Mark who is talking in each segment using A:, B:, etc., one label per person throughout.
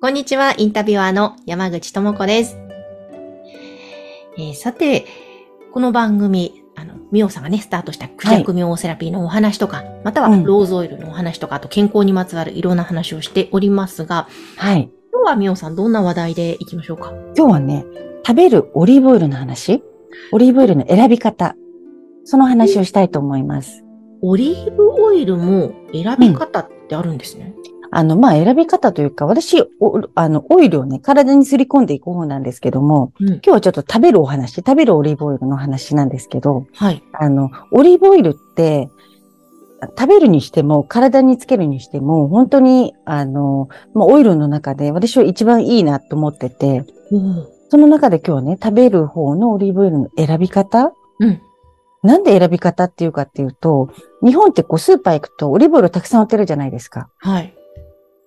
A: こんにちは、インタビュアーの山口智子です。えーさて、この番組、あの、ミオさんがね、スタートしたクジャクミオセラピーのお話とか、または
B: うん
A: ローズオイルのお話とか、あと健康にまつわるいろんな話をしておりますが、
B: はい
A: 今日はミオさんどんな話題でいきましょうか
B: 今日はね食べるオリーブオイルの話オリーブオイルの選び方その話をしたいと思います
A: オリーブオイルも選び方ってあるんですね。
B: あの、まあ、選び方というか、私、おあの、オイルをね、体にすり込んでいく方なんですけども、
A: うん
B: 今日はちょっと食べるお話、食べるオリーブオイルの話なんですけど、
A: はい。
B: あの、オリーブオイルって、食べるにしても、体につけるにしても、本当に、あの、まあ、オイルの中で私は一番いいなと思ってて、
A: おー
B: その中で今日はね、食べる方のオリーブオイルの選び方
A: うん。
B: なんで選び方っていうかっていうと、日本ってこうスーパー行くとオリーブオイルたくさん売ってるじゃないですか。
A: はい。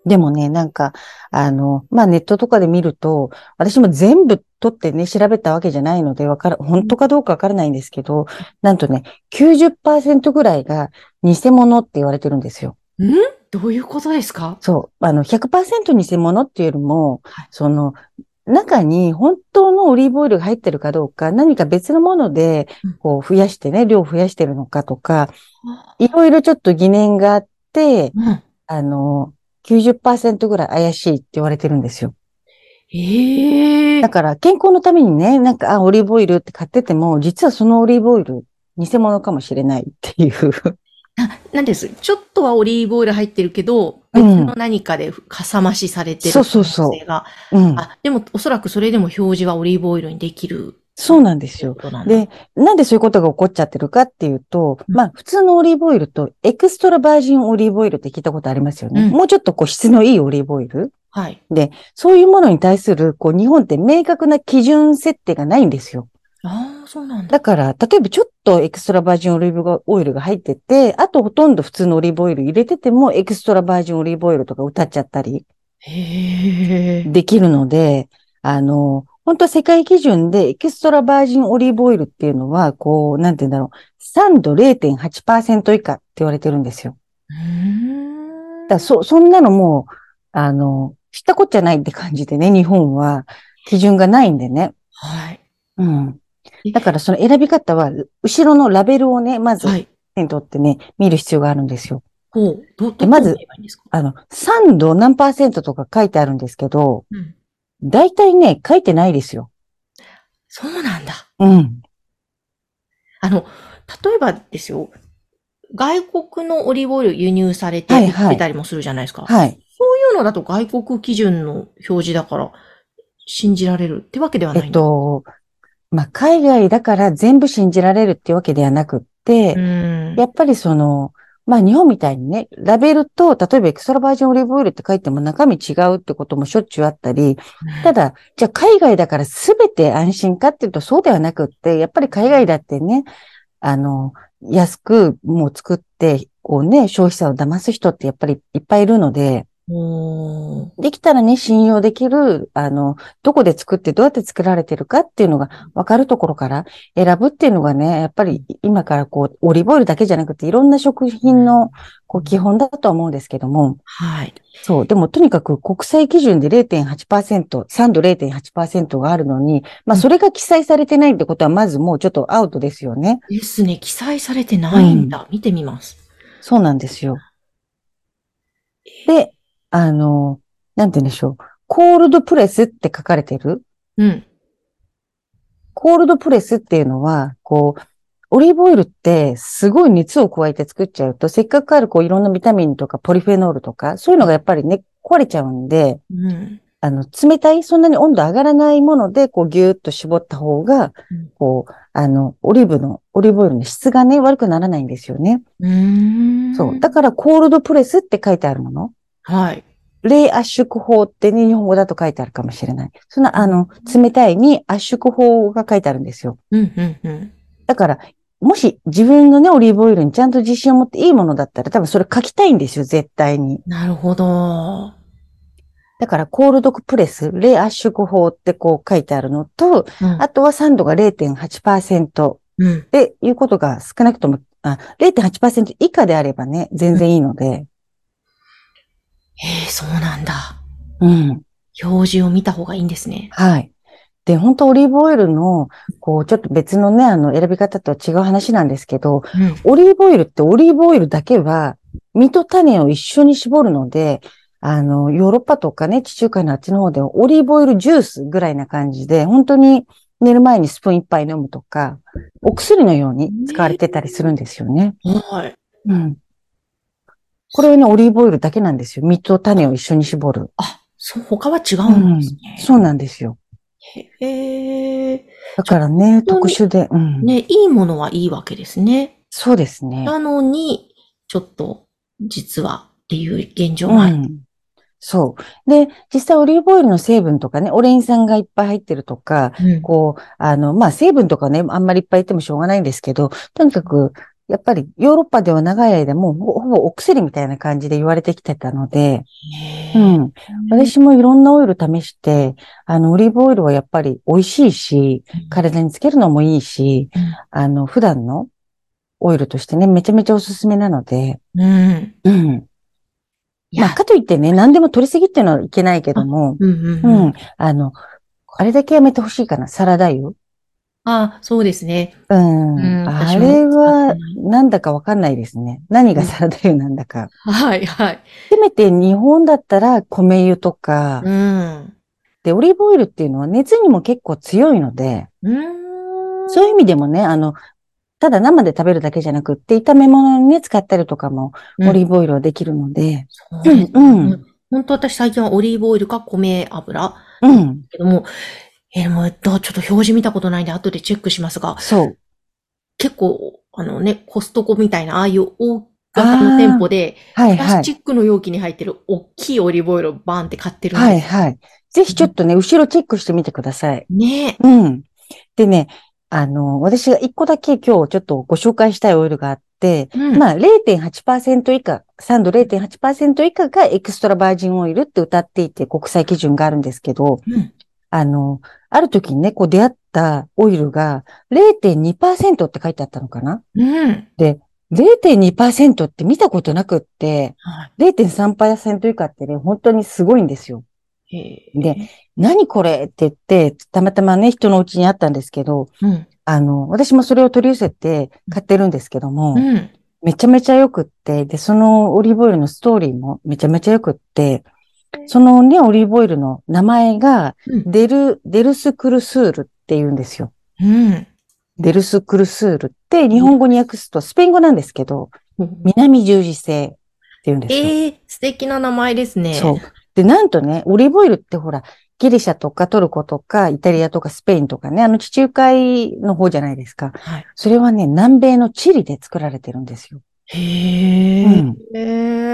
B: でもね、なんか、あの、まあ、ネットとかで見ると、私も全部取ってね、調べたわけじゃないので、わから、本当かどうかわからないんですけど、なんとね、90%ぐらいが偽物って言われてるんですよ。
A: んどういうことですか
B: そう。あの、100%偽物っていうよりも
A: はい、
B: その、中に本当のオリーブオイルが入ってるかどうか、何か別のもので
A: うん、
B: こう、増やしてね、量を増やしてるのかとか、いろいろちょっと疑念があって、
A: うん。
B: あの、90%ぐらい怪しいって言われてるんですよ。
A: ええ
B: だから健康のためにね、なんか、あ、オリーブオイルって買ってても、実はそのオリーブオイル、偽物かもしれないっていう。
A: ななんです。ちょっとはオリーブオイル入ってるけど、
B: う
A: 別
B: ん
A: の何かでかさ増しされてる
B: そうそうそう
A: 可能性が。
B: うん。
A: あ、でもおそらくそれでも表示はオリーブオイルにできる
B: そうなんです
A: という
B: よ。
A: ことなんだ。
B: で、なんでそういうことが起こっちゃってるかっていうと、
A: うん
B: まあ、普通のオリーブオイルとエクストラバージンオリーブオイルって聞いたことありますよね。
A: うん
B: もうちょっとこう質のいいオリーブオイル
A: はい。
B: そういうものに対する、こう、日本って明確な基準設定がないんですよ。
A: ああ、そうなんだ。
B: だから、例えばちょっとエクストラバージンオリーブオイルが入ってて、あとほとんど普通のオリーブオイル入れてても、エクストラバージンオリーブオイルとか歌っちゃったり
A: へえ。
B: できるので、あの、本当は世界基準でエクストラバージンオリーブオイルっていうのは、こう、なんて言うんだろう、3度0.8%以下って言われてるんですよ。
A: うー
B: だ
A: ん
B: からそ、そんなのもう、あの、知ったこっちゃないって感じでね、日本は基準がないんでね。
A: はい。
B: うん。だからその選び方は、後ろのラベルをね、まず
A: はい。
B: 手に取ってね、見る必要があるんですよ。
A: こう、ど、
B: で
A: ど
B: まず
A: どう見ればいいんですか
B: あの、3度何パーセントとか書いてあるんですけど、
A: うん。
B: 大体ね、書いてないですよ。
A: そうなんだ。
B: うん。
A: あの、例えばですよ、外国のオリーブオイル輸入されて
B: はい
A: 売
B: はい
A: ってたりもするじゃないですか。
B: はい。
A: そういうのだと外国基準の表示だから、信じられるってわけではな
B: え
A: いん
B: っ
A: だ。
B: と、まあ、海外だから全部信じられるってわけではなくって、
A: うん。
B: やっぱりその、まあ、日本みたいにね、ラベルと、例えばエクストラバージンオリーブオイルって書いても中身違うってこともしょっちゅうあったり、ただ、じゃあ海外だから全て安心かっていうとそうではなくって、やっぱり海外だってね、あの、安くもう作って、こうね、消費者を騙す人ってやっぱりいっぱいいるので、
A: おー
B: できたらね、信用できる、あの、どこで作ってどうやって作られてるかっていうのが分かるところから選ぶっていうのがね、やっぱり今からこう、オリーブオイルだけじゃなくていろんな食品のこう基本だとは思うんですけども、
A: はい。
B: そう。でも、とにかく国際基準で0.8%、3度0.8%があるのに、まあ、
A: うん
B: それが記載されてないってことは、まずもうちょっとアウトですよね。
A: ですね。記載されてないんだ。見てみます。
B: そうなんですよ。で、あの、なんて言うんでしょう。コールドプレスって書かれてる
A: うん。
B: コールドプレスっていうのは、こう、オリーブオイルってすごい熱を加えて作っちゃうと、せっかくあるこういろんなビタミンとかポリフェノールとか、そういうのがやっぱりね、壊れちゃうんで、
A: うん。
B: あの、冷たい、そんなに温度上がらないもので、こう、ぎゅーっと絞った方が
A: うん、
B: こう、あの、オリーブの、オリーブオイルの質がね、悪くならないんですよね。
A: うーん。
B: そう。だから、コールドプレスって書いてあるもの。
A: はい。
B: 冷圧縮法ってね、日本語だと書いてあるかもしれない。その、あの、冷たいに圧縮法が書いてあるんですよ。
A: うん、うん、うん。
B: だから、もし自分のね、オリーブオイルにちゃんと自信を持っていいものだったら、多分それ書きたいんですよ、絶対に。
A: なるほど。
B: だから、コールドプレス、冷圧縮法ってこう書いてあるのと、
A: うん、
B: あとは酸度が0.8%
A: うん。
B: っていうことが少なくとも、あ、0.8%以下であればね、全然いいので。
A: へえ、そうなんだ。
B: うん。
A: 表示を見た方がいいんですね。
B: はい。で、本当オリーブオイルの、こう、ちょっと別のね、あの、選び方とは違う話なんですけど、
A: うん。
B: オリーブオイルってオリーブオイルだけは、実と種を一緒に絞るので、あの、ヨーロッパとかね、地中海のあっちの方では、オリーブオイルジュースぐらいな感じで、本当に寝る前にスプーン一杯飲むとか、お薬のように使われてたりするんですよね。
A: はい。
B: うん。これはね、オリーブオイルだけなんですよ。実と種を一緒に絞る。
A: あ、そう、他は違うんですね。
B: そうなんですよ。
A: へえ。
B: だからね、
A: ちょ
B: 特殊で。うん。
A: ね、いいものはいいわけですね。
B: そうですね。
A: なのに、ちょっと、実はっていう現状があ
B: う
A: る。
B: ん。そう。で、実際オリーブオイルの成分とかね、オレイン酸がいっぱい入ってるとか、
A: うん
B: こう、あの、まあ、成分とかね、あんまりいっぱい言ってもしょうがないんですけど、とにかく、やっぱりヨーロッパでは長い間もうほほぼお薬みたいな感じで言われてきてたので、
A: へ
B: う
A: え
B: ん。私もいろんなオイル試して、あの、オリーブオイルはやっぱり美味しいし、体につけるのもいいし、
A: うん
B: あの、普段のオイルとしてね、めちゃめちゃおすすめなので、
A: うん。
B: うん。
A: い
B: まあ、
A: や、
B: かといってね、何でも取りすぎっていうのはいけないけども、
A: うんうん
B: う
A: うん
B: ん。あの、あれだけやめてほしいかな、サラダ油。
A: あ、そうですね。
B: うん。
A: うん
B: あれは
A: 私も使って、
B: なんだかわかんないですね。何がサラダ油なんだか。
A: はい、はい。
B: せめて日本だったら米油とか、
A: うん。
B: で、オリーブオイルっていうのは熱にも結構強いので、
A: うん。
B: そういう意味でもね、あの、ただ生で食べるだけじゃなくって、炒め物にね、使ったりとかも、オリーブオイルはできるので、
A: そうですね
B: うんうん
A: 本当私最近はオリーブオイルか米油
B: うん、
A: けども、えーもうえっと、ちょっと表示見たことないんで後でチェックしますが、
B: そう。
A: 結構、あのね、コストコみたいな、ああいう大型の店舗で、
B: はい
A: プラ
B: は
A: スチ
B: い。
A: ックの容器に入ってる大きいオリーブオイルをバーンって買ってるんです。
B: はいはい。ぜひちょっとね、後ろチェックしてみてください。
A: ね
B: うん。でね、あの、私が一個だけ今日ちょっとご紹介したいオイルがあって、
A: うん
B: まあ0.8%以下、酸度0.8%以下がエクストラバージンオイルって歌っていて国際基準があるんですけど、
A: うん
B: あの、ある時にね、こう出会ったオイルが0.2%って書いてあったのかな
A: うん。
B: 0.2%って見たことなくって、
A: は
B: 0.3%以下ってね、本当にすごいんですよ。
A: い。えー
B: で、何これって言って、たまたまね、人のうちにあったんですけど、
A: うん。
B: あの、私もそれを取り寄せて買ってるんですけども、
A: うん。
B: めちゃめちゃ良くって、で、そのオリーブオイルのストーリーもめちゃめちゃ良くって、そのね、オリーブオイルの名前が、
A: うん
B: デル、デルスクルスールって言うんですよ。
A: うん。
B: デルスクルスールって日本語に訳すと、スペイン語なんですけど、南十字星って言うんですよ。
A: えー、素敵な名前ですね。
B: そう。で、なんとね、オリーブオイルってほら、ギリシャとかトルコとかイタリアとかスペインとかね、あの地中海の方じゃないですか。
A: はい。
B: それはね、南米のチリで作られてるんですよ。
A: へ
B: うん
A: え。へ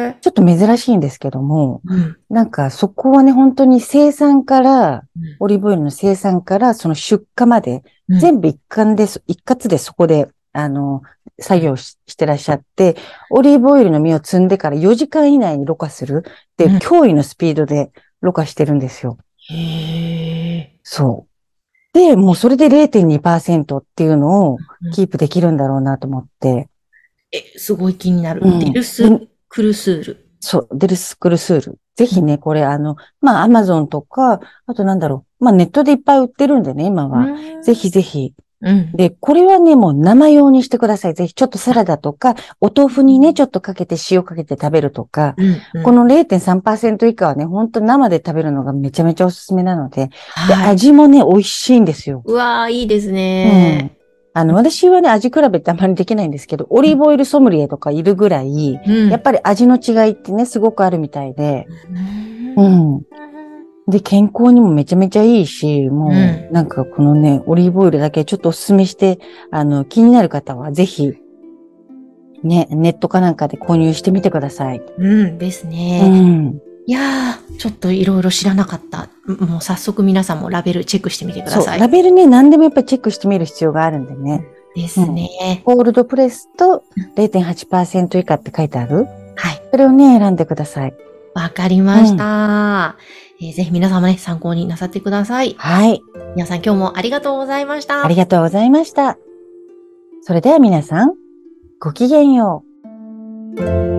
A: ー
B: ちょっと珍しいんですけども、
A: うん。
B: なんかそこはね、本当に生産から
A: うん、
B: オリーブオイルの生産からその出荷まで、
A: うん
B: 全部一貫で、一括でそこで、あの、作業ししてらっしゃって、オリーブオイルの実を摘んでから4時間以内にろ過するって、
A: うん
B: 驚異のスピードでろ過してるんですよ。
A: へえ。
B: そう。で、もうそれで0.2%っていうのを
A: うん
B: キープできるんだろうなと思って、
A: え、すごい気になる。
B: うん
A: デルス
B: うん・
A: クルスール。
B: そう、デルスクルスール。ぜひね、これあの、まあ、アマゾンとか、あとなんだろう、まあ、ネットでいっぱい売ってるんでね、今は。
A: うん
B: ぜ。ひぜひ。
A: うん。
B: で、これはね、もう生用にしてください。ぜひ、ちょっとサラダとか、お豆腐にね、ちょっとかけて塩かけて食べるとか、
A: うんうん
B: こ、の0.3%以下はね、ほんと生で食べるのがめちゃめちゃおすすめなので、で、
A: はい。
B: 味もね、美味しいんですよ。
A: うわー、いいです
B: うん
A: ね。
B: あの、私はね、味比べってあまりできないんですけど、オリーブオイルソムリエとかいるぐらい、
A: うん
B: やっぱり味の違いってね、すごくあるみたいで、
A: うん
B: うん。で、健康にもめちゃめちゃいいし、も
A: う
B: う、なんかこのね、オリーブオイルだけちょっとおすすめして、あの、気になる方はぜひ、ね、ネットかなんかで購入してみてください。
A: うんです
B: う
A: ね。
B: ん。
A: いやー、ちょっといろいろ知らなかった。もう早速皆さんもラベルチェックしてみてくだ
B: そう、
A: さ
B: ラ
A: い。
B: ベルね、何でもやっぱりチェックしてみる必要があるんでね。
A: ですね。
B: コールドプレスと0.8%以下って書いてある
A: はい。
B: それをね、選んでください。
A: わかりました、えーぜひ皆様ね、参考になさってください。
B: はい。
A: 皆さん今日もありがとうございました。
B: ありがとうございました。それでは皆さん、ごきげんよう。